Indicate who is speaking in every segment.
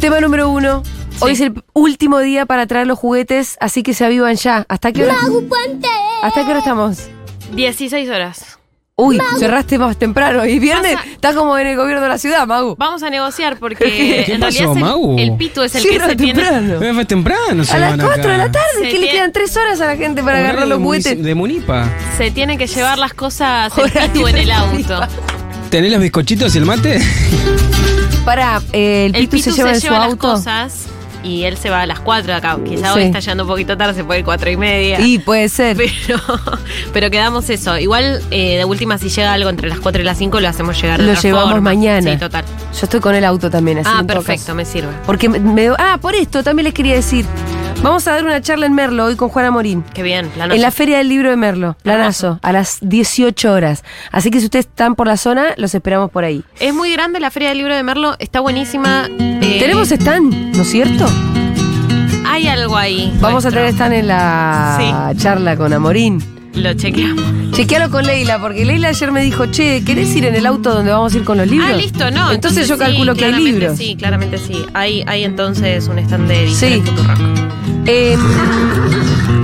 Speaker 1: Tema número uno. Hoy es el último día para traer los juguetes, así que se avivan ya. ¿Hasta qué hora? ¿Hasta qué hora estamos?
Speaker 2: 16 horas.
Speaker 1: Uy, cerraste más temprano. Y viernes
Speaker 2: Pasa-
Speaker 1: está como en el gobierno de la ciudad, Magu.
Speaker 2: Vamos a negociar porque
Speaker 1: ¿Qué
Speaker 2: en
Speaker 3: pasó,
Speaker 2: realidad es el-
Speaker 3: Mau?
Speaker 2: el, pito es el que
Speaker 1: Cierra
Speaker 2: se tiene.
Speaker 1: temprano.
Speaker 3: Eh, Fue temprano, se
Speaker 1: A las
Speaker 3: van
Speaker 1: 4 de la
Speaker 3: acá.
Speaker 1: tarde,
Speaker 2: Se
Speaker 1: que le
Speaker 2: tiene-
Speaker 1: quedan 3 horas a la gente para
Speaker 3: Horario
Speaker 1: agarrar los
Speaker 3: de munici-
Speaker 1: juguetes.
Speaker 3: De Munipa.
Speaker 2: Se tiene que llevar las cosas el
Speaker 1: Horario
Speaker 2: pitu en el
Speaker 1: de
Speaker 2: auto.
Speaker 3: ¿Tenés los bizcochitos y el mate?
Speaker 1: Para, eh, el,
Speaker 2: El
Speaker 1: Pitu se
Speaker 2: pitu
Speaker 1: lleva
Speaker 2: se
Speaker 1: en su
Speaker 2: lleva las
Speaker 1: auto.
Speaker 2: cosas y él se va a las 4 de acá. Quizá hoy
Speaker 1: Sí.
Speaker 2: está llegando un poquito tarde, se puede ir 4 y media.
Speaker 1: Y puede ser.
Speaker 2: Pero, pero quedamos eso. Igual, eh, de última, si llega algo entre las 4 y las 5, lo hacemos llegar. de
Speaker 1: Lo
Speaker 2: otra
Speaker 1: llevamos
Speaker 2: forma.
Speaker 1: mañana.
Speaker 2: Sí, total.
Speaker 1: Yo estoy con el auto también, así
Speaker 2: Ah,
Speaker 1: en todo
Speaker 2: perfecto, me sirve.
Speaker 1: caso. Porque me, me- ah, por esto también les quería decir. Vamos a dar una charla en Merlo hoy con Juana Morín.
Speaker 2: Qué bien, planazo.
Speaker 1: En la Feria del Libro de Merlo,
Speaker 2: Ah,
Speaker 1: Planazo, a las 18 horas. Así que si ustedes están por la zona, los esperamos por ahí.
Speaker 2: Es muy grande la Feria del Libro de Merlo, está buenísima. eh,
Speaker 1: Tenemos stand, ¿no es cierto?
Speaker 2: Hay algo ahí.
Speaker 1: Vamos a
Speaker 2: nuestro.
Speaker 1: tener stand en la charla con Amorín.
Speaker 2: Lo chequeamos. Ah,
Speaker 1: Chequealo con Leila, porque Leila ayer me dijo, che, ¿querés ir en el auto donde vamos a ir con los libros?
Speaker 2: Ah, listo, no.
Speaker 1: Entonces, yo
Speaker 2: sí,
Speaker 1: calculo que hay
Speaker 2: claramente
Speaker 1: libros.
Speaker 2: Sí, claramente sí. Hay, hay entonces un stand de
Speaker 1: Sí.
Speaker 2: sí.
Speaker 1: Em,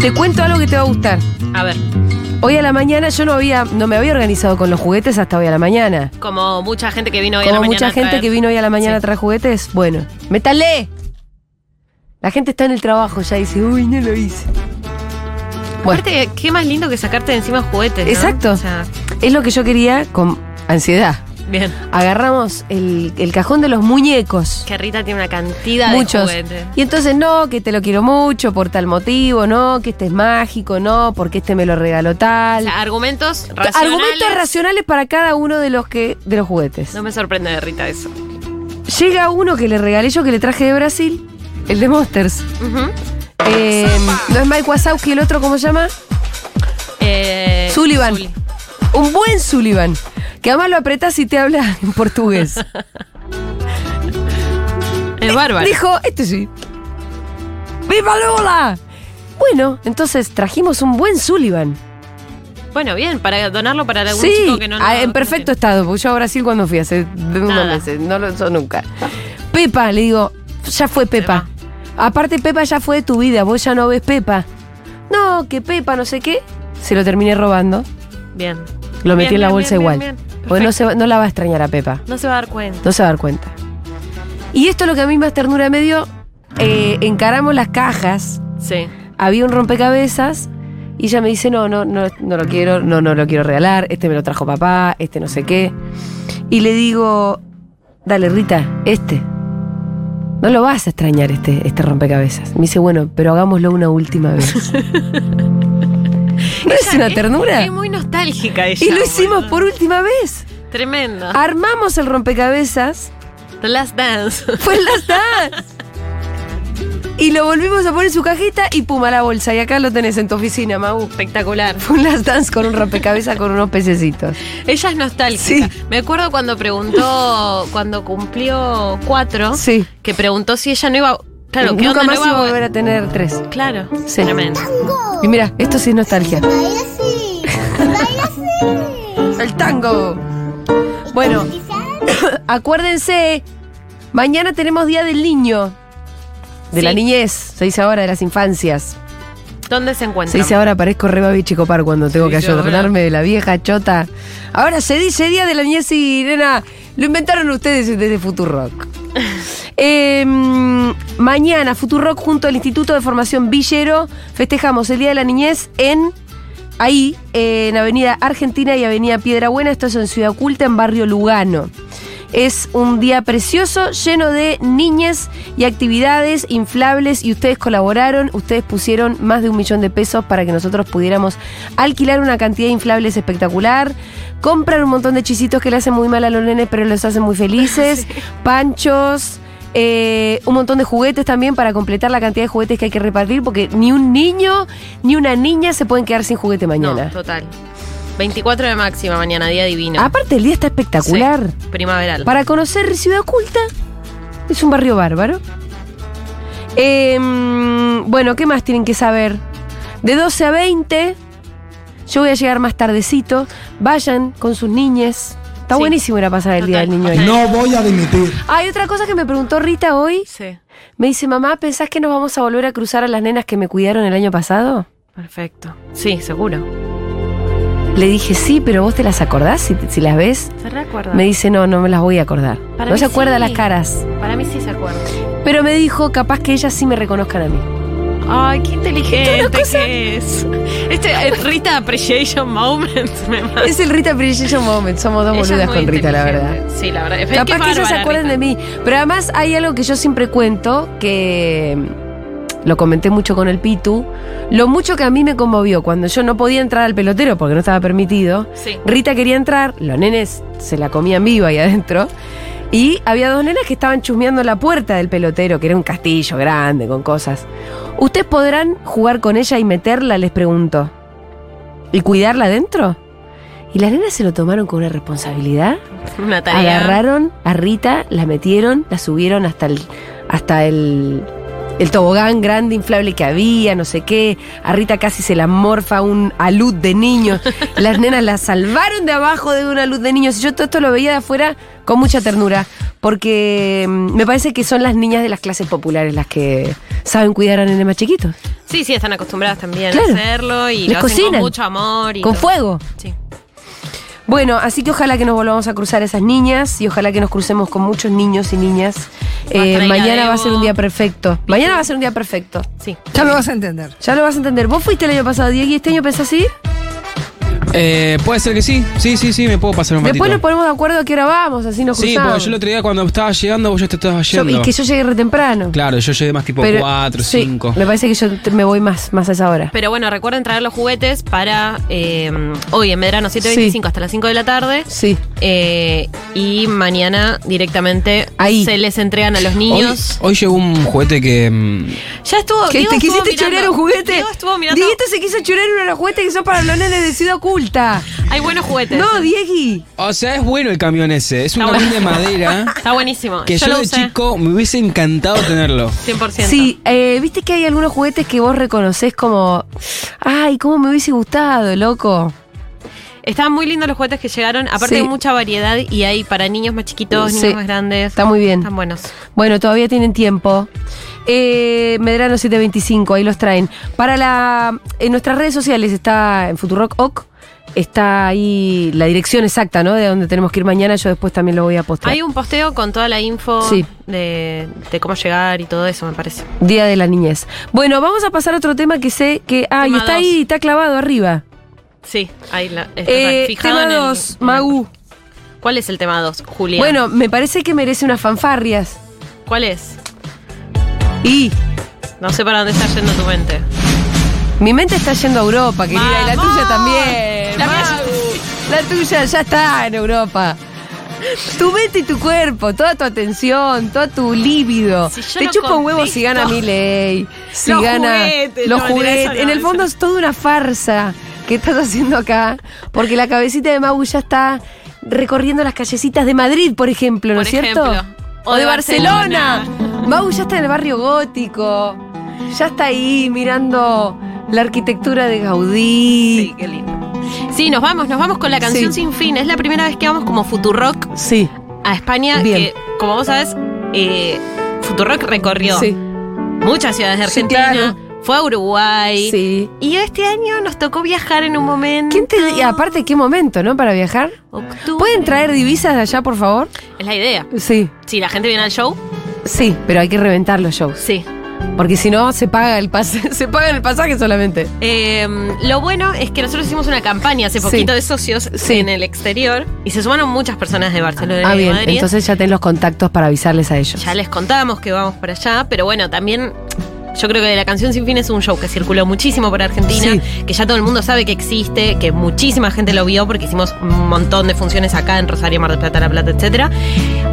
Speaker 1: te cuento algo que te va a gustar.
Speaker 2: A ver,
Speaker 1: Hoy a la mañana yo no había, no me había organizado con los juguetes hasta hoy a la mañana.
Speaker 2: como mucha gente que vino hoy a
Speaker 1: Como
Speaker 2: la mañana.
Speaker 1: mucha
Speaker 2: a
Speaker 1: gente
Speaker 2: traer-
Speaker 1: que vino hoy a la mañana
Speaker 2: Sí.
Speaker 1: a traer juguetes, bueno, ¡métale! La gente está en el trabajo ya dice, uy, no lo hice. Bueno,
Speaker 2: Aparte, qué más lindo que sacarte de encima juguetes. ¿no?
Speaker 1: Exacto.
Speaker 2: O sea,
Speaker 1: es lo que yo quería con ansiedad.
Speaker 2: bien.
Speaker 1: Agarramos el, el cajón de los muñecos.
Speaker 2: Que Rita tiene una cantidad
Speaker 1: Muchos.
Speaker 2: de juguetes.
Speaker 1: Y entonces, no, que te lo quiero mucho por tal motivo, no, que este es mágico, no, porque este me lo regaló
Speaker 2: O
Speaker 1: tal.
Speaker 2: sea, argumentos racionales.
Speaker 1: Argumentos racionales para cada uno de los que de los juguetes.
Speaker 2: No me sorprende de Rita eso.
Speaker 1: Llega uno que le regalé yo que le traje de Brasil, el de Monsters.
Speaker 2: Ujú.
Speaker 1: Eh, no es Mike Wazowski, el otro, ¿cómo se llama?
Speaker 2: Eh,
Speaker 1: Sullivan.
Speaker 2: Zuli.
Speaker 1: Un buen Sullivan. Que además lo apretás y te habla en portugués.
Speaker 2: Es bárbaro.
Speaker 1: Dijo, este sí. ¡Viva Lula! Bueno, entonces trajimos un buen Sullivan.
Speaker 2: Bueno, bien, para donarlo para algún
Speaker 1: Sí,
Speaker 2: chico que no
Speaker 1: ah,
Speaker 2: no-
Speaker 1: en
Speaker 2: no
Speaker 1: perfecto estado, porque yo a Brasil cuando fui hace unos
Speaker 2: Nada.
Speaker 1: meses, no lo hizo nunca. Pepa, le digo, ya fue Pepa. Aparte Pepa ya fue de tu vida, vos ya no ves Pepa. No, que Pepa, no sé qué. Se lo terminé robando,
Speaker 2: tiene. Bien.
Speaker 1: lo metí
Speaker 2: Bien,
Speaker 1: en la
Speaker 2: bien,
Speaker 1: bolsa
Speaker 2: bien,
Speaker 1: igual.
Speaker 2: bien, bien.
Speaker 1: Porque no, se va- no la va a extrañar a Pepa,
Speaker 2: No se va a dar cuenta.
Speaker 1: no se va a dar cuenta. Y esto es lo que a mí más ternura me dio. eh, encaramos las cajas,
Speaker 2: Sí.
Speaker 1: había un rompecabezas y ella me dice, no, no, no, no lo quiero, no, no lo quiero regalar, este me lo trajo papá, este no sé qué. Y le digo, dale Rita, este. No lo vas a extrañar este, este rompecabezas. Me dice, bueno, pero hagámoslo una última vez. ¿No es
Speaker 2: Ella
Speaker 1: una ternura?
Speaker 2: Es muy nostálgica ella.
Speaker 1: Y lo hicimos
Speaker 2: boludo.
Speaker 1: por Ah. última vez.
Speaker 2: Tremendo.
Speaker 1: Armamos el rompecabezas.
Speaker 2: The Last Dance.
Speaker 1: Fue el Last Dance. Y lo volvimos a poner en su cajita y puma la bolsa. Y acá lo tenés en tu oficina, Mau.
Speaker 2: Espectacular.
Speaker 1: Fue un last dance con un rompecabezas con unos pececitos.
Speaker 2: Ella es nostálgica. Me acuerdo cuando preguntó, cuando cumplió cuatro,
Speaker 1: Sí.
Speaker 2: que preguntó si ella no iba. Claro, ¿qué
Speaker 1: Nunca más
Speaker 2: onda no
Speaker 1: iba
Speaker 2: iba
Speaker 1: a volver a tener tres.
Speaker 2: Claro,
Speaker 1: Sí.
Speaker 2: tremendo.
Speaker 1: Y mira, esto sí es nostalgia.
Speaker 4: Baila así, baila así.
Speaker 1: El tango. Bueno, acuérdense, mañana tenemos Día del Niño. De
Speaker 2: Sí.
Speaker 1: la niñez, se dice ahora, de las infancias.
Speaker 2: ¿Dónde se encuentra?
Speaker 1: Se dice ahora, parezco re babi chicopar cuando tengo que
Speaker 2: dice ahora.
Speaker 1: ayudarme de la vieja chota. Ahora se dice Día de la Niñez y nena, lo inventaron ustedes desde Futurock. Eh, mañana, Futurock junto al Instituto de Formación Villero, festejamos el Día de la Niñez en ahí, eh, en Avenida Argentina y Avenida Piedra Buena, esto es en Ciudad Oculta, en Barrio Lugano. Es un día precioso, lleno de niñas y actividades inflables y ustedes colaboraron, ustedes pusieron más de un millón de pesos para que nosotros pudiéramos alquilar una cantidad de inflables espectacular, comprar un montón de chisitos que le hacen muy mal a los nenes pero los hacen muy felices, panchos, eh, un montón de juguetes también para completar la cantidad de juguetes que hay que repartir porque ni un niño ni una niña se pueden quedar sin juguete
Speaker 2: No,
Speaker 1: mañana. Ah,
Speaker 2: total. 24 de máxima mañana, día divino.
Speaker 1: Aparte el día está espectacular.
Speaker 2: Primaveral.
Speaker 1: Para conocer Ciudad Oculta, es un barrio bárbaro. Em, bueno, ¿qué más tienen que saber? De 12 a 20, yo voy a llegar más tardecito. Vayan con sus niñes, Está
Speaker 2: Sí.
Speaker 1: buenísimo ir a pasar el día
Speaker 2: Total,
Speaker 1: del niño ahí.
Speaker 2: total.
Speaker 5: No voy a dimitir.
Speaker 1: Hay otra cosa que me preguntó Rita hoy.
Speaker 2: Sí.
Speaker 1: Me dice, mamá, ¿pensás que nos vamos a volver a cruzar a las nenas que me cuidaron el año pasado?
Speaker 2: Perfecto. Sí, seguro.
Speaker 1: Le dije, sí, pero vos te las acordás si, si las ves.
Speaker 2: ¿Se recuerda?
Speaker 1: Me dice, no, no me las voy a acordar.
Speaker 2: Para
Speaker 1: no
Speaker 2: mí
Speaker 1: se acuerda
Speaker 2: sí.
Speaker 1: las caras.
Speaker 2: Para mí sí se acuerda.
Speaker 1: Pero me dijo, capaz que ellas sí me reconozcan a mí.
Speaker 2: Ay, qué inteligente que es. Este eh, Rita Appreciation Moment me mata.
Speaker 1: Es el Rita Appreciation Moment. Somos dos
Speaker 2: Ella es
Speaker 1: boludas
Speaker 2: muy
Speaker 1: con Rita, la verdad.
Speaker 2: inteligente. Sí, la verdad. Es
Speaker 1: Capaz que ellos se
Speaker 2: bárbara,
Speaker 1: acuerden
Speaker 2: Rita.
Speaker 1: de mí. Pero además hay algo que yo siempre cuento, que mm, lo comenté mucho con el Pitu, lo mucho que a mí me conmovió cuando yo no podía entrar al pelotero porque no estaba permitido.
Speaker 2: Sí.
Speaker 1: Rita quería entrar, los nenes se la comían viva ahí adentro. Y había dos nenas que estaban chusmeando la puerta del pelotero, que era un castillo grande con cosas. ¿Ustedes podrán jugar con ella y meterla? Les pregunto. ¿Y cuidarla adentro? Y las nenas se lo tomaron con una responsabilidad.
Speaker 2: Una tarea.
Speaker 1: Agarraron a Rita, la metieron, la subieron hasta el, hasta el, el tobogán grande inflable que había, no sé qué. A Rita casi se la morfa un alud de niños. Las nenas la salvaron de abajo de una luz de niños. Y yo todo esto lo veía de afuera con mucha ternura. Porque mm, me parece que son las niñas de las clases populares las que saben cuidar a nenes más chiquitos.
Speaker 2: Sí, sí, están acostumbradas también
Speaker 1: Claro.
Speaker 2: a hacerlo y
Speaker 1: Les
Speaker 2: lo hacen
Speaker 1: cocinan.
Speaker 2: con mucho amor. Y
Speaker 1: Con
Speaker 2: todo.
Speaker 1: fuego.
Speaker 2: Sí.
Speaker 1: Bueno, así que ojalá que nos volvamos a cruzar esas niñas y ojalá que nos crucemos con muchos niños y niñas.
Speaker 2: Va a
Speaker 1: Eh,
Speaker 2: estar ahí la
Speaker 1: mañana va a
Speaker 2: Debo.
Speaker 1: ser un día perfecto. Mañana va a ser un día perfecto.
Speaker 2: Sí.
Speaker 5: Ya lo vas a entender.
Speaker 1: Ya lo vas a entender. Vos fuiste el año pasado, Diego, y este año pensás ir.
Speaker 3: Eh, puede ser que sí. Sí, sí, sí, me puedo pasar un
Speaker 1: Después nos
Speaker 3: ratito.
Speaker 1: ponemos de acuerdo a qué hora vamos, así nos
Speaker 3: Sí,
Speaker 1: cruzamos.
Speaker 3: porque yo el otro día cuando estaba llegando, vos ya te estabas
Speaker 1: Yo-
Speaker 3: yendo.
Speaker 1: y que yo llegué re temprano.
Speaker 3: Claro, yo llegué más tipo
Speaker 1: Pero-
Speaker 3: 4,
Speaker 1: sí,
Speaker 3: 5.
Speaker 1: Me parece que yo te- me voy más, más a esa hora.
Speaker 2: Pero bueno, recuerden traer los juguetes para eh, hoy en verano 7.25 hasta las 5 de la tarde.
Speaker 1: Sí.
Speaker 2: Eh, y mañana directamente
Speaker 1: Ahí.
Speaker 2: se les entregan a los
Speaker 3: Hoy,
Speaker 2: niños.
Speaker 3: hoy llegó un juguete que. mm,
Speaker 2: Ya estuvo.
Speaker 1: Que
Speaker 2: Diego
Speaker 1: te
Speaker 2: estuvo
Speaker 1: quisiste
Speaker 2: mirando-
Speaker 1: chorear un juguete.
Speaker 2: Diego estuvo mirando.
Speaker 1: Dieguito se quiso chorear uno de los juguetes que son para los nenes de ciudad oculta.
Speaker 2: Hay buenos juguetes.
Speaker 1: No, Diegui.
Speaker 3: O sea, es bueno el camión ese. Es un
Speaker 1: Ah,
Speaker 2: Está
Speaker 3: camión de
Speaker 2: bueno.
Speaker 3: madera
Speaker 2: Está buenísimo.
Speaker 3: que
Speaker 2: yo,
Speaker 3: yo,
Speaker 2: lo
Speaker 3: de
Speaker 2: usé.
Speaker 3: chico me hubiese encantado tenerlo.
Speaker 2: 100%.
Speaker 1: Sí, eh, viste que hay algunos juguetes que vos reconocés como, ay, cómo me hubiese gustado, loco.
Speaker 2: Estaban muy lindos los juguetes que llegaron.
Speaker 1: Sí.
Speaker 2: Aparte hay mucha variedad y hay para niños más chiquitos,
Speaker 1: Sí.
Speaker 2: niños más grandes.
Speaker 1: Está muy bien.
Speaker 2: Están buenos.
Speaker 1: Bueno, todavía tienen tiempo. Eh, Medrano 725, ahí los traen. Para la. En nuestras redes sociales está en Futurock OC. Está ahí la dirección exacta, ¿no? De donde tenemos que ir mañana. Yo después también lo voy a postear.
Speaker 2: Hay un posteo con toda la info
Speaker 1: Sí.
Speaker 2: de, de cómo llegar y todo eso, me parece.
Speaker 1: Día de la niñez. Bueno, vamos a pasar a otro tema que sé que. Ah, y
Speaker 2: Tema
Speaker 1: está
Speaker 2: dos.
Speaker 1: ahí, está clavado arriba.
Speaker 2: Sí, ahí la, está
Speaker 1: Eh,
Speaker 2: fijado
Speaker 1: tema
Speaker 2: en el-
Speaker 1: 2,
Speaker 2: en el-
Speaker 1: Magu.
Speaker 2: ¿Cuál es el tema 2, Julián?
Speaker 1: Bueno, me parece que merece unas fanfarrias.
Speaker 2: ¿Cuál es?
Speaker 1: Y
Speaker 2: No sé para dónde está yendo tu mente.
Speaker 1: mi mente está yendo a Europa, querida, y la
Speaker 2: ¡Vamos!
Speaker 1: tuya también.
Speaker 2: La mía
Speaker 1: Magu. La tuya ya está en Europa. Tu mente y tu cuerpo, toda tu atención, todo tu líbido.
Speaker 2: Si yo
Speaker 1: Te
Speaker 2: no
Speaker 1: chupa un huevo si
Speaker 2: contesto.
Speaker 1: gana mi ley. Si
Speaker 2: Los
Speaker 1: gana
Speaker 2: juguetes,
Speaker 1: los
Speaker 2: no, mentira,
Speaker 1: juguetes.
Speaker 2: eso no,
Speaker 1: en el
Speaker 2: eso
Speaker 1: fondo
Speaker 2: no.
Speaker 1: es toda una farsa que estás haciendo acá, porque la cabecita de Mau ya está recorriendo las callecitas de Madrid, por ejemplo, ¿no
Speaker 2: Por
Speaker 1: es cierto?
Speaker 2: ejemplo.
Speaker 1: O, de, Barcelona. Mau ya está en el barrio gótico. Ya está ahí mirando la arquitectura de Gaudí.
Speaker 2: Sí, qué lindo. Sí, nos vamos, nos vamos con la canción
Speaker 1: Sí.
Speaker 2: Sin Fin. Es la primera vez que vamos como Futurock
Speaker 1: Sí,
Speaker 2: a España,
Speaker 1: Bien.
Speaker 2: que como vos sabés, eh, Futurock recorrió muchas ciudades de
Speaker 1: Sí,
Speaker 2: Argentina,
Speaker 1: claro.
Speaker 2: fue a Uruguay.
Speaker 1: Sí.
Speaker 2: Y este año nos tocó viajar en un momento.
Speaker 1: ¿Quién te- y aparte, qué momento, ¿no? Para viajar.
Speaker 2: Octubre.
Speaker 1: ¿Pueden traer divisas de allá, por favor?
Speaker 2: Es la idea.
Speaker 1: Sí.
Speaker 2: Si la gente viene al show,
Speaker 1: Sí, pero hay que reventar los shows.
Speaker 2: sí.
Speaker 1: Porque si no, se paga el pase, se paga el pasaje solamente.
Speaker 2: Eh, lo bueno es que nosotros hicimos una campaña hace
Speaker 1: Sí.
Speaker 2: poquito de socios
Speaker 1: Sí.
Speaker 2: en el exterior y se sumaron muchas personas de Barcelona y
Speaker 1: ah,
Speaker 2: de
Speaker 1: bien.
Speaker 2: Madrid.
Speaker 1: Entonces ya ten los contactos para avisarles a ellos.
Speaker 2: Ya les contamos que vamos para allá, pero bueno, también yo creo que la canción Sin Fin es un show que circuló muchísimo por Argentina, que ya todo el mundo sabe que existe, que muchísima gente lo vio porque hicimos un montón de funciones acá en Rosario, Mar del Plata, La Plata, etcétera.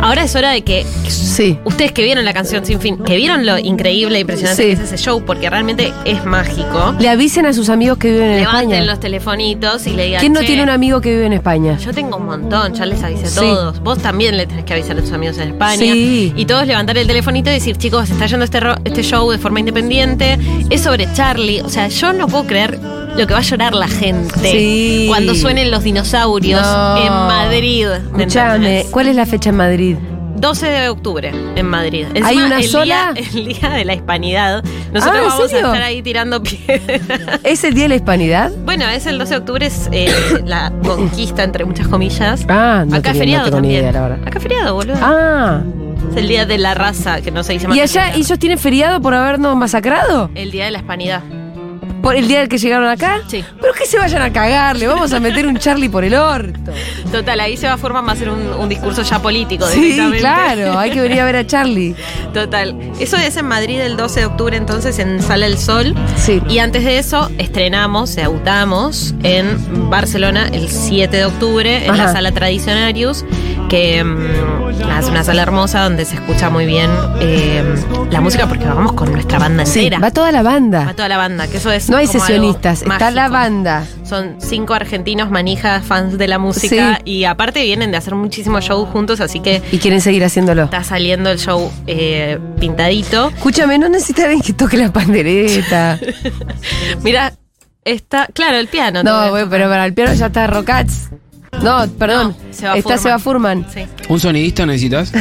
Speaker 2: Ahora es hora de que
Speaker 1: Sí.
Speaker 2: ustedes que vieron la canción Sin Fin, que vieron lo increíble e impresionante
Speaker 1: Sí.
Speaker 2: que es ese show, porque realmente es mágico.
Speaker 1: Le avisen a sus amigos que viven en
Speaker 2: Levanten
Speaker 1: España.
Speaker 2: los telefonitos y le digan.
Speaker 1: ¿Quién no
Speaker 2: "Che,
Speaker 1: tiene un amigo que vive en España?
Speaker 2: yo tengo un montón, ya les avisé a
Speaker 1: Sí.
Speaker 2: todos. Vos también le tenés que avisar a tus amigos en España.
Speaker 1: Sí.
Speaker 2: Y todos levantar el telefonito y decir, chicos, está yendo este, ro- este show de forma independiente. Es sobre Charlie. O sea, yo no puedo creer lo que va a llorar la gente
Speaker 1: Sí.
Speaker 2: cuando suenen los dinosaurios
Speaker 1: No.
Speaker 2: en Madrid. ¿me
Speaker 1: Escuchame,
Speaker 2: entendés?
Speaker 1: ¿cuál es la fecha en Madrid?
Speaker 2: 12 de octubre en Madrid.
Speaker 1: ¿Hay una
Speaker 2: el
Speaker 1: sola?
Speaker 2: Día, el día de la hispanidad. Nosotros
Speaker 1: Ah, ¿en
Speaker 2: vamos
Speaker 1: serio?
Speaker 2: a estar ahí tirando piedras.
Speaker 1: ¿Es el Día de la Hispanidad?
Speaker 2: Bueno, es el 12 de octubre, es eh, la conquista, entre muchas comillas.
Speaker 1: Ah, no,
Speaker 2: Acá
Speaker 1: tenía- no
Speaker 2: feriado
Speaker 1: tengo ni
Speaker 2: también.
Speaker 1: idea, la verdad.
Speaker 2: Acá feriado, boludo.
Speaker 1: Ah,
Speaker 2: Es el día de la raza, que no se dice más.
Speaker 1: ¿y allá
Speaker 2: feriado.
Speaker 1: ellos tienen feriado por habernos masacrado?
Speaker 2: El día de la hispanidad.
Speaker 1: ¿Por el día del que llegaron acá?
Speaker 2: Sí.
Speaker 1: Pero que se vayan a cagar, le vamos a meter un Charlie por el orto.
Speaker 2: Total, ahí se va a formar más en un, un discurso ya político.
Speaker 1: Sí,
Speaker 2: directamente.
Speaker 1: claro, hay que venir a ver a Charlie.
Speaker 2: Total. Eso es en Madrid el 12 de octubre, entonces, en Sala del Sol.
Speaker 1: Sí.
Speaker 2: Y antes de eso, estrenamos, debutamos en Barcelona el 7 de octubre, en
Speaker 1: Ajá.
Speaker 2: la Sala Tradicionarius, que mm, nada, es una sala hermosa donde se escucha muy bien eh, la música, porque vamos con nuestra banda
Speaker 1: Sí,
Speaker 2: entera.
Speaker 1: va toda la
Speaker 2: Va
Speaker 1: banda.
Speaker 2: toda la banda, que eso es.
Speaker 1: No hay
Speaker 2: como
Speaker 1: sesionistas,
Speaker 2: algo
Speaker 1: está la
Speaker 2: mágico.
Speaker 1: banda.
Speaker 2: Son cinco argentinos manijas, fans de la música, y aparte vienen de hacer muchísimos shows juntos, así que
Speaker 1: Y quieren seguir haciéndolo.
Speaker 2: está saliendo el show eh, pintadito.
Speaker 1: Escúchame, no necesitas alguien que toque la pandereta.
Speaker 2: Mira, está, claro, el piano.
Speaker 1: No,
Speaker 2: todo
Speaker 1: güey,
Speaker 2: esto.
Speaker 1: pero para el piano ya está Rocats. No, perdón.
Speaker 2: No, Seba
Speaker 1: está
Speaker 2: Furman.
Speaker 1: Seba Furman.
Speaker 2: Sí.
Speaker 3: ¿Un sonidista necesitas?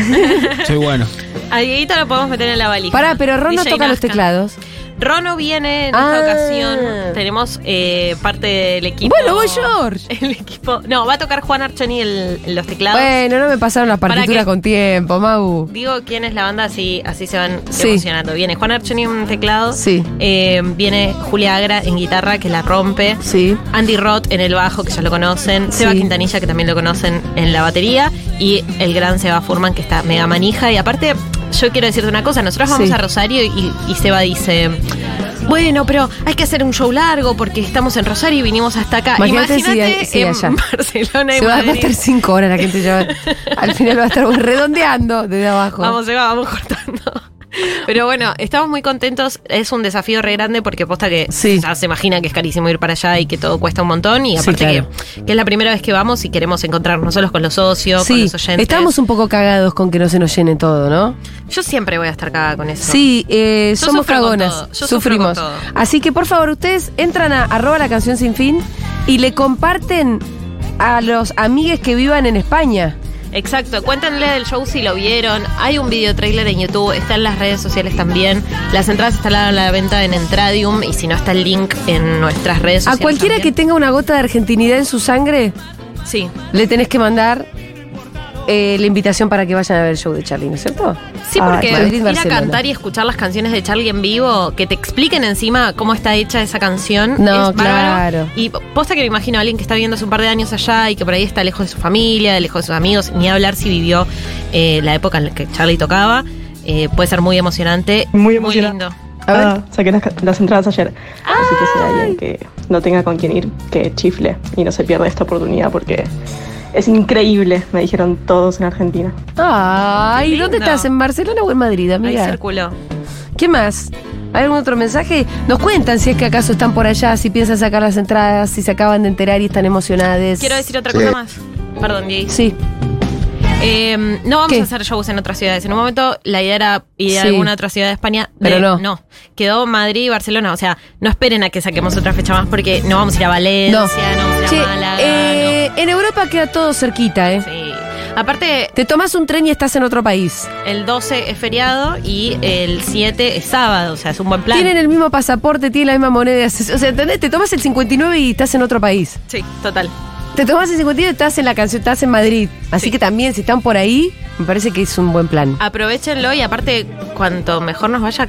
Speaker 3: Soy bueno.
Speaker 2: A Dieguito lo podemos meter en la valija.
Speaker 1: Pará, pero Ron no
Speaker 2: DJ
Speaker 1: toca los
Speaker 2: Nazca.
Speaker 1: teclados.
Speaker 2: Rono viene en esta
Speaker 1: Ah.
Speaker 2: ocasión. Tenemos eh, parte del equipo.
Speaker 1: Bueno, voy, George.
Speaker 2: El equipo. No, va a tocar Juan Archoni el- los teclados.
Speaker 1: Bueno, no me pasaron las
Speaker 2: ¿Para
Speaker 1: partituras
Speaker 2: qué?
Speaker 1: con tiempo, Mau.
Speaker 2: Digo quién es la banda, así, así se van
Speaker 1: Sí.
Speaker 2: emocionando. Viene Juan Archoni en teclado.
Speaker 1: Sí.
Speaker 2: Eh, viene Julia Agra en guitarra, que la rompe.
Speaker 1: Sí.
Speaker 2: Andy Roth en el bajo, que ya lo conocen. Seba
Speaker 1: Sí.
Speaker 2: Quintanilla, que también lo conocen en la batería. Y el gran Seba Furman, que está mega manija. Y aparte, yo quiero decirte una cosa: nosotros vamos
Speaker 1: Sí.
Speaker 2: a Rosario y, y Seba dice. Bueno, pero hay que hacer un show largo porque estamos en Rosario y vinimos hasta acá.
Speaker 1: Imagínate si- si
Speaker 2: en
Speaker 1: allá.
Speaker 2: Barcelona y
Speaker 1: Se va, va a
Speaker 2: Madrid.
Speaker 1: estar cinco horas la gente ya. va- Al final va a estar redondeando desde abajo.
Speaker 2: Vamos, Eva, vamos cortando. Pero bueno, estamos muy contentos. Es un desafío re grande porque posta que
Speaker 1: Sí.
Speaker 2: ya se imagina que es carísimo ir para allá y que todo cuesta un montón. Y
Speaker 1: Sí,
Speaker 2: aparte
Speaker 1: claro.
Speaker 2: que, que es la primera vez que vamos y queremos encontrarnos solos con los socios, con
Speaker 1: sí,
Speaker 2: los oyentes.
Speaker 1: estamos un poco cagados con que no se nos llene todo, ¿no?
Speaker 2: Yo siempre voy a estar cagada con eso.
Speaker 1: Sí, eh,
Speaker 2: Yo
Speaker 1: somos
Speaker 2: sufro con
Speaker 1: cagonas,
Speaker 2: todo, yo sufro
Speaker 1: sufrimos.
Speaker 2: con todo.
Speaker 1: Así que por favor, ustedes entran a arroba la canción sin fin y le comparten a los amigues que vivan en España.
Speaker 2: Exacto. Cuéntenle del show si lo vieron. Hay un video trailer en YouTube, está en las redes sociales también. Las entradas están a la venta en Entradium y si no está el link en nuestras redes
Speaker 1: A
Speaker 2: sociales.
Speaker 1: cualquiera que
Speaker 2: también.
Speaker 1: tenga una gota de argentinidad en su sangre,
Speaker 2: Sí.
Speaker 1: le tenés que mandar eh, la invitación para que vayan a ver el show de Charlie, ¿no es cierto?
Speaker 2: Sí,
Speaker 1: Ah,
Speaker 2: porque
Speaker 1: Madrid,
Speaker 2: ir a
Speaker 1: Barcelona.
Speaker 2: cantar y escuchar las canciones de Charlie en vivo, que te expliquen encima cómo está hecha esa canción.
Speaker 1: No,
Speaker 2: es bárbaro.
Speaker 1: claro.
Speaker 2: Y posta que me imagino a alguien que está viviendo hace un par de años allá y que por ahí está lejos de su familia, lejos de sus amigos, ni hablar si vivió eh, la época en la que Charlie tocaba. Eh, puede ser muy emocionante.
Speaker 5: Muy emocionante.
Speaker 2: lindo.
Speaker 1: A ver.
Speaker 5: Ah, saqué las, las entradas ayer. Así que si hay alguien que no tenga con quién ir, que chifle y no se pierda esta oportunidad porque es increíble, me dijeron todos en Argentina.
Speaker 1: Ay,
Speaker 2: Qué
Speaker 1: ¿dónde
Speaker 2: lindo.
Speaker 1: estás? ¿En Barcelona o en Madrid,
Speaker 2: Ahí
Speaker 1: amiga?
Speaker 2: circuló.
Speaker 1: ¿Qué más? ¿Hay algún otro mensaje? Nos cuentan si es que acaso están por allá, si piensan sacar las entradas, si se acaban de enterar y están emocionadas.
Speaker 2: Quiero decir otra cosa más. Perdón, Diego.
Speaker 1: Sí,
Speaker 2: Eh, no vamos
Speaker 1: ¿Qué?
Speaker 2: a hacer shows en otras ciudades. En un momento la idea era ir a
Speaker 1: Sí.
Speaker 2: alguna otra ciudad de España. de-
Speaker 1: Pero no.
Speaker 2: Quedó Madrid y Barcelona. O sea, no esperen a que saquemos otra fecha más porque no vamos a ir a Valencia,
Speaker 1: no.
Speaker 2: no, vamos a
Speaker 1: Che,
Speaker 2: ir a Málaga.
Speaker 1: eh, En Europa queda todo cerquita, ¿eh?
Speaker 2: no. Sí. Aparte,
Speaker 1: Te tomas un tren y estás en otro país.
Speaker 2: el 12 es feriado y el 7 es sábado. O sea, es un buen plan.
Speaker 1: Tienen el mismo pasaporte, tienen la misma moneda. O sea, ¿entendés? Te tomas el 59 y estás en otro país.
Speaker 2: Sí, total.
Speaker 1: Te tomas el 59 y estás en la canción, estás en Madrid. Así
Speaker 2: Sí. Ah,
Speaker 1: que también, si están por ahí, me parece que es un buen plan.
Speaker 2: Aprovechenlo y aparte, cuanto mejor nos vaya,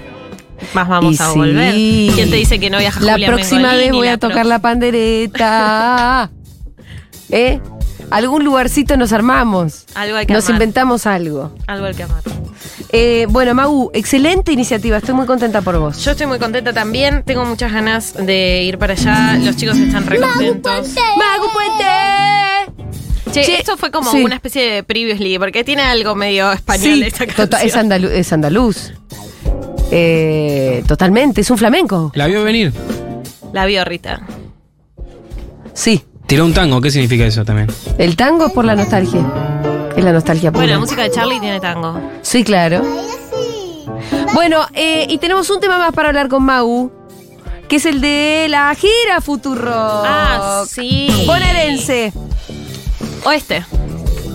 Speaker 2: más vamos
Speaker 1: Y
Speaker 2: a
Speaker 1: sí.
Speaker 2: volver. ¿Quién te dice que no viaja
Speaker 1: La
Speaker 2: Julia
Speaker 1: próxima
Speaker 2: Mengolini,
Speaker 1: vez voy a
Speaker 2: pro-
Speaker 1: tocar la pandereta. ¿Eh? Algún lugarcito nos armamos.
Speaker 2: Algo hay que
Speaker 1: Nos
Speaker 2: amar.
Speaker 1: inventamos algo.
Speaker 2: Algo hay que amar.
Speaker 1: Eh, bueno, Magu, excelente iniciativa. Estoy muy contenta por vos.
Speaker 2: Yo estoy muy contenta también, tengo muchas ganas de ir para allá, los chicos están re contentos.
Speaker 1: ¡Magu Puente!
Speaker 2: Che,
Speaker 1: Che,
Speaker 2: esto fue como
Speaker 1: sí.
Speaker 2: una especie de previously, porque tiene algo medio español
Speaker 1: Sí,
Speaker 2: esa
Speaker 1: tota-
Speaker 2: canción.
Speaker 1: es, andalu- es andaluz. Eh, totalmente, es un flamenco.
Speaker 3: ¿La vio venir?
Speaker 2: La vio Rita.
Speaker 1: Sí,
Speaker 3: Tiró un tango, ¿qué significa eso también?
Speaker 1: el tango es por la nostalgia. Es la nostalgia pura.
Speaker 2: Bueno, la música de Charlie tiene tango.
Speaker 1: Sí, claro. Bueno, eh, y tenemos un tema más para hablar con Mau, que es el de la gira Futuro.
Speaker 2: Ah, sí.
Speaker 1: Bonaerense.
Speaker 2: Oeste.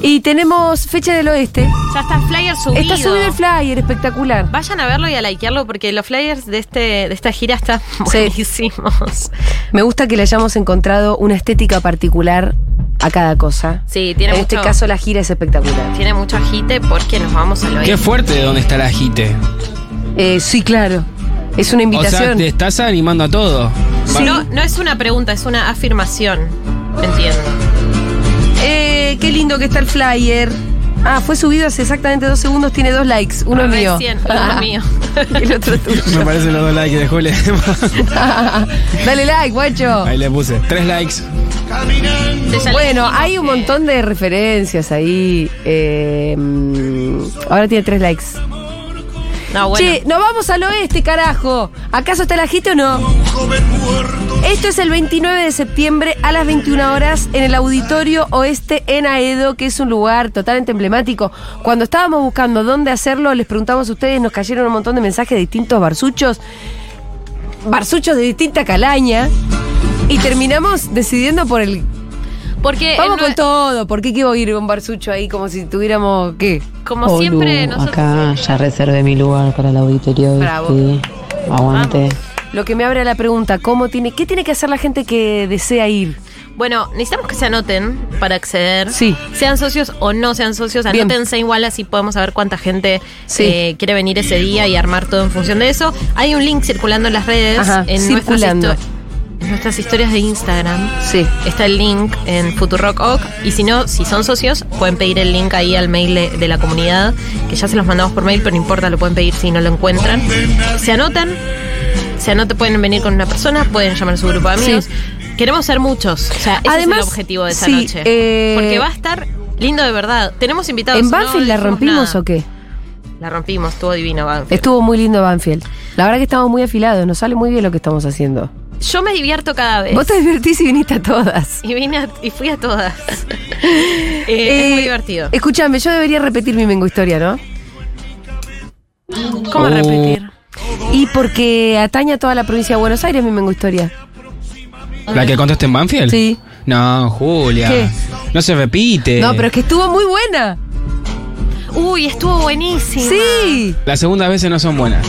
Speaker 1: Y tenemos fecha del oeste.
Speaker 2: Ya está el flyer subido.
Speaker 1: Está subido el flyer, espectacular.
Speaker 2: Vayan a verlo y a likearlo porque los flyers de este de esta gira están
Speaker 1: Sí.
Speaker 2: buenísimos. Sí,
Speaker 1: Me gusta que le hayamos encontrado una estética particular a cada cosa.
Speaker 2: tiene
Speaker 1: en
Speaker 2: mucho
Speaker 1: este caso la gira es espectacular.
Speaker 2: tiene mucho agite porque nos vamos a lo
Speaker 3: Qué fuerte donde está la jite.
Speaker 1: Eh, sí, claro. Es una
Speaker 3: O sea,
Speaker 1: invitación.
Speaker 3: te estás animando a todo.
Speaker 2: No, no es una pregunta, es una afirmación. Entiendo.
Speaker 1: Eh, qué lindo que está el flyer. Ah, fue subido hace exactamente dos segundos, tiene dos likes. Uno es mío.
Speaker 2: Recién, uno mío.
Speaker 1: Y el otro tuyo.
Speaker 3: Me parece los dos likes que dejó el
Speaker 1: Dale like, guacho.
Speaker 3: Ahí le puse. Tres likes.
Speaker 2: Sí, ya les
Speaker 1: Bueno,
Speaker 2: dijimos
Speaker 1: hay un
Speaker 2: que-
Speaker 1: montón de referencias ahí. eh, mm, ahora tiene tres likes.
Speaker 2: No, bueno.
Speaker 1: Che, nos vamos al oeste, carajo. ¿Acaso está la gente o no? Esto es el 29 de septiembre a las 21 horas en el Auditorio Oeste en Aedo, que es un lugar totalmente emblemático. Cuando estábamos buscando dónde hacerlo, les preguntamos a ustedes, nos cayeron un montón de mensajes de distintos barsuchos, barsuchos de distinta calaña, y terminamos decidiendo por el...
Speaker 2: Porque
Speaker 1: Vamos
Speaker 2: en
Speaker 1: con
Speaker 2: nue-
Speaker 1: todo, ¿por qué quiero ir a un barsucho ahí como si tuviéramos qué?
Speaker 2: como siempre,
Speaker 6: Olu,
Speaker 2: nosotros.
Speaker 6: acá ya reservé mi lugar para el auditorio.
Speaker 1: Bravo.
Speaker 6: ¿viste? Aguante.
Speaker 1: Lo que me abre a la pregunta, ¿cómo tiene, ¿qué tiene que hacer la gente que desea ir?
Speaker 2: Bueno, necesitamos que se anoten para acceder.
Speaker 1: Sí.
Speaker 2: Sean socios o no sean socios,
Speaker 1: Bien.
Speaker 2: anótense igual así podemos saber cuánta gente
Speaker 1: Sí.
Speaker 2: eh, quiere venir ese día y armar todo en función de eso. Hay un link circulando en las redes,
Speaker 1: Ajá,
Speaker 2: en, nuestras
Speaker 1: circulando.
Speaker 2: histo- en nuestras historias de Instagram.
Speaker 1: Sí.
Speaker 2: Está el link en Futurock.org y si no, si son socios, pueden pedir el link ahí al mail de, de la comunidad, que ya se los mandamos por mail, pero no importa, lo pueden pedir si no lo encuentran. Se anotan, se anotan, pueden venir con una persona, pueden llamar a su grupo de amigos. Queremos ser muchos, o sea, ese
Speaker 1: Además,
Speaker 2: es el objetivo de esa
Speaker 1: sí,
Speaker 2: noche.
Speaker 1: eh,
Speaker 2: Porque va a estar lindo de verdad. Tenemos invitados.
Speaker 1: ¿En Banfield
Speaker 2: no
Speaker 1: la
Speaker 2: dijimos
Speaker 1: rompimos
Speaker 2: nada.
Speaker 1: o qué?
Speaker 2: La rompimos, estuvo divino Banfield.
Speaker 1: Estuvo muy lindo Banfield. La verdad que estamos muy afilados, nos sale muy bien lo que estamos haciendo.
Speaker 2: Yo me divierto cada vez.
Speaker 1: Vos te divertís y viniste a todas.
Speaker 2: Y vine a- y fui a todas. Eh, es
Speaker 1: Eh,
Speaker 2: muy divertido.
Speaker 1: Escúchame, yo debería repetir mi mengo historia, ¿no?
Speaker 2: ¿Cómo
Speaker 3: Oh.
Speaker 2: repetir?
Speaker 1: Y porque atañe a toda la provincia de Buenos Aires mi mengo historia.
Speaker 3: ¿La que contaste en Banfield?
Speaker 1: Sí.
Speaker 3: No, Julia.
Speaker 1: ¿Qué?
Speaker 3: No se repite.
Speaker 1: No, pero es que estuvo muy buena.
Speaker 2: Uy, estuvo buenísimo.
Speaker 1: Sí.
Speaker 3: Las segundas veces no son buenas.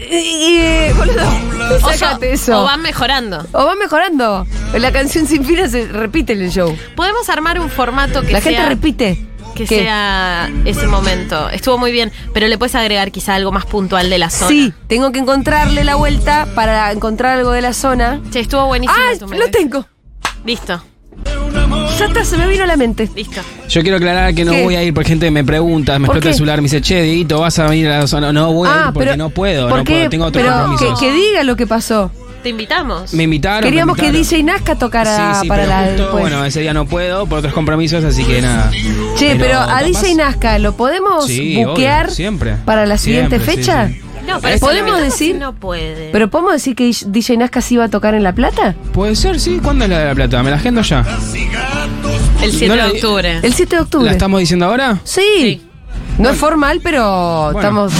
Speaker 1: Eh, boludo,
Speaker 2: O,
Speaker 1: sacate
Speaker 2: so- o
Speaker 1: eso.
Speaker 2: van mejorando.
Speaker 1: O va mejorando. La canción sin fin se repite en el show.
Speaker 2: Podemos armar un formato que
Speaker 1: La
Speaker 2: sea,
Speaker 1: gente repite.
Speaker 2: que
Speaker 1: ¿Qué?
Speaker 2: sea ese momento. Estuvo muy bien, pero le puedes agregar quizá algo más puntual de la zona.
Speaker 1: Sí, tengo que encontrarle la vuelta para encontrar algo de la zona.
Speaker 2: Che, estuvo buenísimo.
Speaker 1: ah,
Speaker 2: tu
Speaker 1: lo
Speaker 2: menú.
Speaker 1: tengo.
Speaker 2: Listo,
Speaker 1: Ya está, se me vino a la mente.
Speaker 2: listo.
Speaker 3: Yo quiero aclarar que no
Speaker 1: ¿Qué?
Speaker 3: voy a ir porque gente me pregunta, me
Speaker 1: ¿Por
Speaker 3: explota el
Speaker 1: qué? Ah,
Speaker 3: celular, me dice, che, Dieguito, vas a venir a la zona. No voy a ir porque no puedo,
Speaker 1: ¿por
Speaker 3: no
Speaker 1: qué?
Speaker 3: puedo, tengo otros
Speaker 1: pero
Speaker 3: compromisos.
Speaker 1: Que, que diga lo que pasó.
Speaker 2: Te invitamos.
Speaker 3: Me invitaron. me
Speaker 1: Queríamos que
Speaker 3: invitaron.
Speaker 1: DJ Nazca tocara
Speaker 3: Sí, sí,
Speaker 1: para
Speaker 3: pero
Speaker 1: la.
Speaker 3: justo,
Speaker 1: después.
Speaker 3: Bueno, ese día no puedo por otros compromisos, así que nada.
Speaker 1: che, pero, a
Speaker 3: capaz-
Speaker 1: DJ Nazca, ¿lo podemos
Speaker 3: Sí, obvio,
Speaker 1: buquear
Speaker 3: siempre.
Speaker 1: para la siguiente
Speaker 3: Siempre, sí,
Speaker 1: fecha?
Speaker 3: sí.
Speaker 2: no, pero
Speaker 1: Ese-
Speaker 2: si lo
Speaker 1: ¿Podemos
Speaker 2: invitamos,
Speaker 1: decir?
Speaker 2: No puede.
Speaker 1: Pero podemos decir que DJ Nazca sí iba a tocar en La Plata?
Speaker 3: Puede ser, sí. ¿Cuándo es la de la plata? Me la agendo ya.
Speaker 2: el 7
Speaker 3: no
Speaker 2: de
Speaker 3: la-
Speaker 2: octubre.
Speaker 1: El 7 de octubre.
Speaker 3: ¿La estamos diciendo ahora?
Speaker 1: Sí.
Speaker 2: Sí.
Speaker 1: No es formal, pero
Speaker 3: Bueno.
Speaker 1: estamos.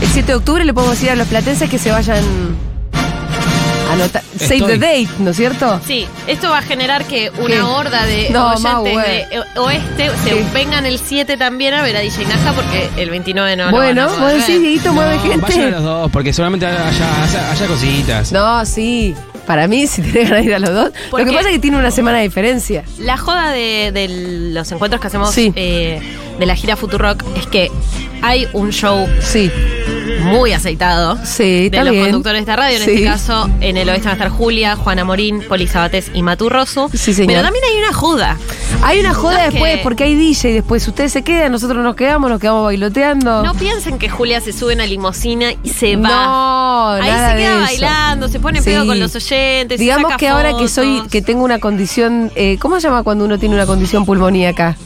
Speaker 1: El 7 de octubre le podemos decir a los platenses que se vayan a anotar. Save the
Speaker 3: Estoy.
Speaker 1: date, ¿no es cierto?
Speaker 2: Sí, esto va a generar que una
Speaker 1: ¿Qué?
Speaker 2: horda de
Speaker 1: No,
Speaker 2: oyentes
Speaker 1: Mau,
Speaker 2: de eh, oeste se
Speaker 1: Sí.
Speaker 2: vengan el 7 también a ver a DJ Naja porque el 29 no lo van a
Speaker 1: bueno,
Speaker 2: poder
Speaker 1: vos decís,
Speaker 2: ver.
Speaker 1: Dieguito, mueve
Speaker 3: Vayan a
Speaker 1: gente.
Speaker 3: los dos, porque seguramente haya, haya- haya cositas.
Speaker 1: No, sí. Para mí, si tenés ganas de ir a los dos. Lo
Speaker 2: ¿Por
Speaker 1: que
Speaker 2: qué?
Speaker 1: pasa es que tiene una semana de diferencia.
Speaker 2: La joda de, de los encuentros que hacemos
Speaker 1: Sí.
Speaker 2: eh, de la gira Futurock es que hay un show
Speaker 1: Sí,
Speaker 2: muy aceitado
Speaker 1: sí,
Speaker 2: de
Speaker 1: está
Speaker 2: los
Speaker 1: bien.
Speaker 2: conductores de radio. En
Speaker 1: Sí.
Speaker 2: este caso, en el oeste van a estar Julia, Juana Morín, Poli Sabatés y Matu Rosu.
Speaker 1: Sí, señor.
Speaker 2: Pero también hay una joda.
Speaker 1: Hay una joda
Speaker 2: No es
Speaker 1: después,
Speaker 2: que-
Speaker 1: porque hay DJ después. Ustedes se quedan, nosotros nos quedamos, nos quedamos bailoteando.
Speaker 2: No piensen que Julia se sube en la limusina y se va.
Speaker 1: No,
Speaker 2: Ahí
Speaker 1: nada
Speaker 2: se queda
Speaker 1: de eso.
Speaker 2: bailando, se pone en
Speaker 1: Sí.
Speaker 2: pedo con los oyentes. se
Speaker 1: Digamos
Speaker 2: saca
Speaker 1: que ahora que soy,
Speaker 2: fotos.
Speaker 1: que tengo una condición, eh, ¿cómo se llama cuando uno tiene una condición pulmoníaca?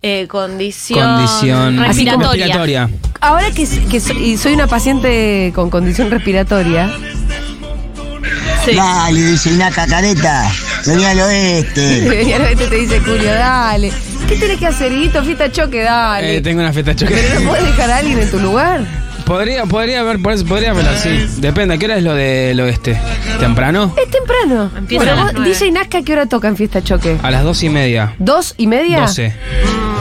Speaker 2: Eh, condición.
Speaker 3: Condición
Speaker 1: Así como-
Speaker 2: respiratoria.
Speaker 3: respiratoria.
Speaker 1: Ahora que, s- que soy, y soy una paciente con condición respiratoria,
Speaker 2: Sí.
Speaker 7: Dale, dice una cacareta. Vení al oeste.
Speaker 1: y a veces te dice Julio, dale, ¿qué tenés que hacer, Guito? Fiesta choque, dale.
Speaker 3: Eh, tengo una fiesta choque.
Speaker 1: Pero no puedes dejar a alguien en tu lugar.
Speaker 3: Podría, podría haber, por eso- podría velar, sí. Depende, ¿a qué hora es lo del oeste? ¿Temprano?
Speaker 1: Es temprano.
Speaker 2: Empieza
Speaker 1: Bueno,
Speaker 2: a las
Speaker 1: vos,
Speaker 2: nueve.
Speaker 1: DJ Nazca, ¿qué hora toca en Fiesta Choque?
Speaker 3: A las dos y media.
Speaker 1: ¿Dos y media?
Speaker 3: Doce.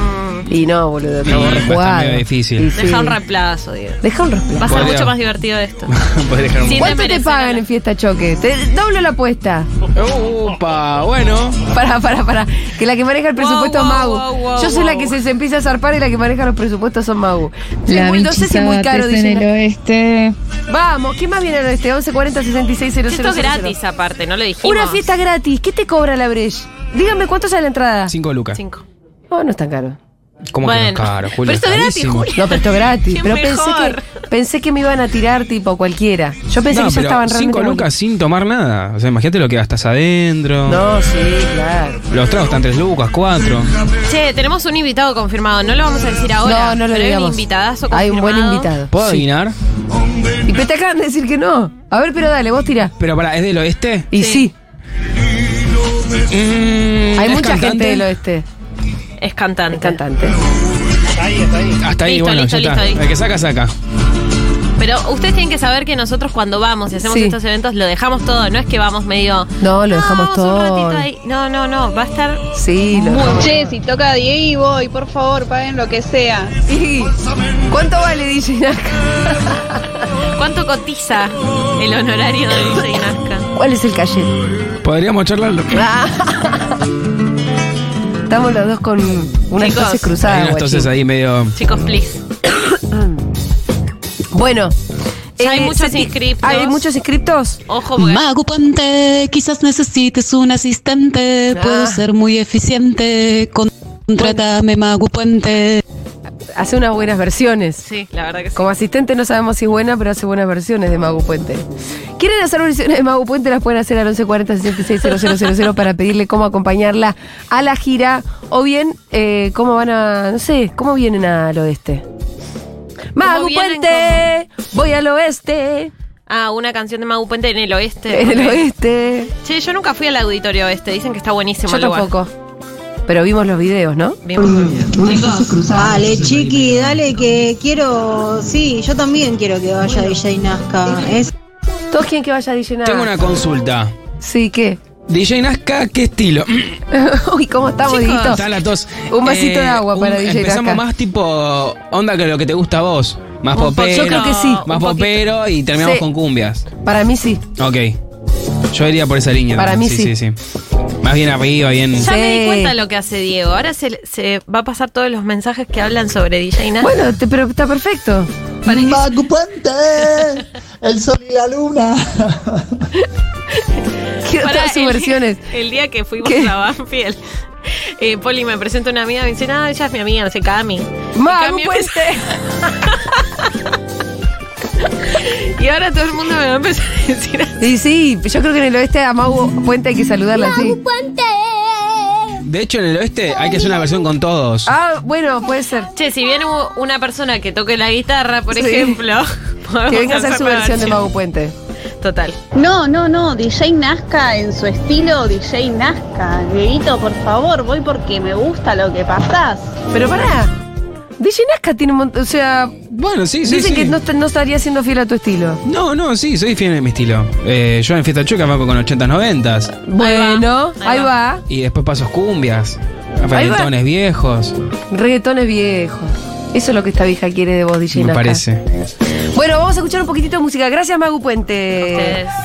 Speaker 1: Y no, boludo,
Speaker 3: Y va
Speaker 1: no,
Speaker 3: a estar
Speaker 1: rejugado.
Speaker 3: medio difícil.
Speaker 1: Y sí.
Speaker 2: Deja un reemplazo, Diego.
Speaker 1: Deja un reemplazo.
Speaker 2: Va a ser
Speaker 3: Podría.
Speaker 2: mucho más divertido esto.
Speaker 3: Podés dejar un
Speaker 2: Sí,
Speaker 1: ¿Cuánto te
Speaker 2: merecen
Speaker 1: pagan
Speaker 2: la-
Speaker 1: en Fiesta Choque? Te doblo la apuesta.
Speaker 3: Opa, bueno.
Speaker 1: Para, para, para. Que la que maneja el
Speaker 2: Wow,
Speaker 1: presupuesto
Speaker 2: wow,
Speaker 1: es Mau.
Speaker 2: wow, wow,
Speaker 1: Yo soy la
Speaker 2: wow.
Speaker 1: que se, se empieza a zarpar y la que maneja los presupuestos son Mau. Sí,
Speaker 8: La
Speaker 1: muy- no sé si es muy caro,
Speaker 8: en el
Speaker 1: dice.
Speaker 8: oeste.
Speaker 1: Vamos, ¿quién más viene al este? 1140 6600.
Speaker 2: Esto es gratis aparte, no lo dijimos.
Speaker 1: Una fiesta gratis. ¿Qué te cobra la Breche? Dígame cuánto sale la entrada.
Speaker 3: Cinco lucas.
Speaker 2: Cinco.
Speaker 1: Oh, no es tan caro.
Speaker 3: ¿Cómo que
Speaker 2: Bueno.
Speaker 3: no es caro, Julio?
Speaker 2: Pero esto es gratis,
Speaker 3: carísimo.
Speaker 2: Julio.
Speaker 1: No, pero esto es gratis.
Speaker 2: Qué
Speaker 1: pero pensé
Speaker 2: mejor.
Speaker 1: que, pensé que me iban a tirar tipo cualquiera. Yo pensé
Speaker 3: No,
Speaker 1: que ya
Speaker 3: pero
Speaker 1: estaban realmente.
Speaker 3: cinco lucas sin tomar nada. O sea, imagínate lo que gastas adentro.
Speaker 1: No, Oh, sí, claro.
Speaker 3: Los tragos están tres lucas, cuatro.
Speaker 2: Che, tenemos un invitado confirmado. No lo vamos a decir ahora.
Speaker 1: No, no lo
Speaker 2: pero Hay un
Speaker 1: digamos.
Speaker 2: invitadazo
Speaker 1: Hay un buen
Speaker 2: confirmado.
Speaker 1: invitado.
Speaker 2: Ah,
Speaker 3: ¿Puedo
Speaker 1: Sí.
Speaker 3: adivinar?
Speaker 1: Y pero te acaban de decir que no. A ver, pero dale, vos tirá.
Speaker 3: Pero para, ¿es del oeste?
Speaker 1: Y sí,
Speaker 3: Mm,
Speaker 1: hay
Speaker 3: ¿es
Speaker 1: mucha
Speaker 3: cantante?
Speaker 1: gente del oeste.
Speaker 2: Es cantante.
Speaker 1: Es cantante.
Speaker 3: Hasta ahí,
Speaker 2: Listo,
Speaker 3: bueno,
Speaker 2: listo, listo,
Speaker 3: ya está.
Speaker 2: listo.
Speaker 3: El que saca, saca.
Speaker 2: Pero ustedes tienen que saber que nosotros cuando vamos y hacemos
Speaker 1: Sí.
Speaker 2: estos eventos lo dejamos todo. No es que vamos medio.
Speaker 1: No, lo
Speaker 2: "Ah,
Speaker 1: dejamos
Speaker 2: vamos un
Speaker 1: todo".
Speaker 2: ratito ahí". No, no, no. Va a estar.
Speaker 1: Sí, lo dejamos.
Speaker 9: Che, si toca Diego y voy, por favor, paguen lo que sea.
Speaker 1: Sí. ¿Cuánto vale DJ Nazca?
Speaker 2: ¿Cuánto cotiza el honorario de DJ Nazca?
Speaker 1: ¿Cuál es el calle?
Speaker 3: Podríamos charlarlo.
Speaker 1: Estamos los dos con unas
Speaker 2: Chicos.
Speaker 1: cosas
Speaker 3: Hay
Speaker 1: cruzadas,
Speaker 3: unas toses
Speaker 1: guachín.
Speaker 3: ahí medio.
Speaker 2: Chicos, please.
Speaker 1: Bueno.
Speaker 2: Ya hay muchos
Speaker 1: se ti-
Speaker 2: inscriptos.
Speaker 1: ¿Hay muchos inscriptos?
Speaker 2: Ojo, porque.
Speaker 6: Pante, quizás necesites un asistente.
Speaker 1: Ah. Puedo ser
Speaker 6: muy eficiente. Contrátame, Magu Puente.
Speaker 1: Hace unas buenas versiones.
Speaker 2: Sí, la verdad que sí.
Speaker 1: Como asistente no sabemos si es buena, pero hace buenas versiones de Mago Puente. ¿Quieren hacer versiones de Mago Puente? Las pueden hacer al 1140-660000 para pedirle cómo acompañarla a la gira o bien eh, cómo van a, no sé, cómo vienen al oeste. Mago
Speaker 2: vienen,
Speaker 1: Puente, voy al oeste,
Speaker 2: Ah, una canción de Magu Puente en el oeste.
Speaker 1: en el
Speaker 2: Ok.
Speaker 1: oeste.
Speaker 2: Che, yo nunca fui al auditorio oeste. Dicen que está buenísimo
Speaker 1: Yo
Speaker 2: el lugar.
Speaker 1: tampoco. Pero vimos los videos, ¿no?
Speaker 2: Bien.
Speaker 10: Dale, chiqui, dale, que quiero. Sí, yo también quiero que vaya DJ Nazca. Es
Speaker 1: Todos quieren que vaya a DJ Nazca.
Speaker 3: Tengo una consulta.
Speaker 1: Sí, ¿qué?
Speaker 3: DJ Nazca, ¿qué estilo?
Speaker 1: Uy, ¿cómo estamos,
Speaker 2: Chicos.
Speaker 1: Dieguito?
Speaker 3: Está la tos. Eh,
Speaker 1: Un vasito de agua para DJ
Speaker 3: Empezamos
Speaker 1: Nazca.
Speaker 3: más tipo onda que lo que te gusta a vos. Más
Speaker 2: Un poco.
Speaker 3: popero.
Speaker 1: Yo creo que sí.
Speaker 3: Más
Speaker 2: Un poquito.
Speaker 3: popero y terminamos
Speaker 1: Sí.
Speaker 3: con cumbias.
Speaker 1: Para mí sí.
Speaker 3: Ok. Yo iría por esa línea.
Speaker 1: Para
Speaker 3: también.
Speaker 1: mí
Speaker 3: sí. Sí, sí. Más bien arriba, bien.
Speaker 2: Ya me
Speaker 1: Sí.
Speaker 2: di cuenta de lo que hace Diego. Ahora se, se va a pasar todos los mensajes que hablan sobre DJ Nazca.
Speaker 1: Bueno, te- pero está perfecto.
Speaker 7: Mago Puente, el sol y la luna.
Speaker 1: Quiero
Speaker 2: Pará,
Speaker 1: todas sus
Speaker 2: el-
Speaker 1: versiones.
Speaker 2: El día que fuimos
Speaker 1: ¿Qué?
Speaker 2: a Banfield, eh, Poli me presenta una amiga y me dice, ah, ella es mi amiga, no sé, Cami. Y
Speaker 1: Mago
Speaker 2: Cami
Speaker 1: Puente.
Speaker 2: empieza- Y ahora todo el mundo me va a empezar a decir así.
Speaker 1: Y sí, yo creo que en el oeste a Mago Puente hay que saludarla así.
Speaker 4: Puente.
Speaker 3: De hecho, en el oeste hay que hacer una versión con todos.
Speaker 1: Ah, bueno, puede ser.
Speaker 2: Che, si viene u- una persona que toque la guitarra, por
Speaker 1: Sí.
Speaker 2: ejemplo, podemos
Speaker 1: Que venga a hacer su
Speaker 2: la
Speaker 1: versión de Mago Puente.
Speaker 2: Total.
Speaker 9: No, no, no, DJ Nazca en su estilo, DJ Nazca. Dieguito, por favor, voy porque me gusta lo que pasás.
Speaker 1: Pero pará. DJ Nazca tiene un montón. O sea,
Speaker 3: Bueno, sí, sí.
Speaker 1: dicen
Speaker 3: sí.
Speaker 1: que no, est- no estaría siendo fiel a tu estilo.
Speaker 3: No, no, sí, soy fiel en mi estilo. Eh, yo en Fiesta Chueca banco con 80s, 90s.
Speaker 1: Bueno, ahí
Speaker 2: ahí va.
Speaker 1: va.
Speaker 3: Y después pasos cumbias.
Speaker 1: va.
Speaker 3: Reggaetones viejos.
Speaker 1: Reggaetones viejos. Eso es lo que esta vieja quiere de vos, DJ
Speaker 3: Me
Speaker 1: Nazca.
Speaker 3: parece.
Speaker 2: Eh,
Speaker 1: Bueno, vamos a escuchar un poquitito de música. Gracias, Mago Puente.
Speaker 2: Ustedes.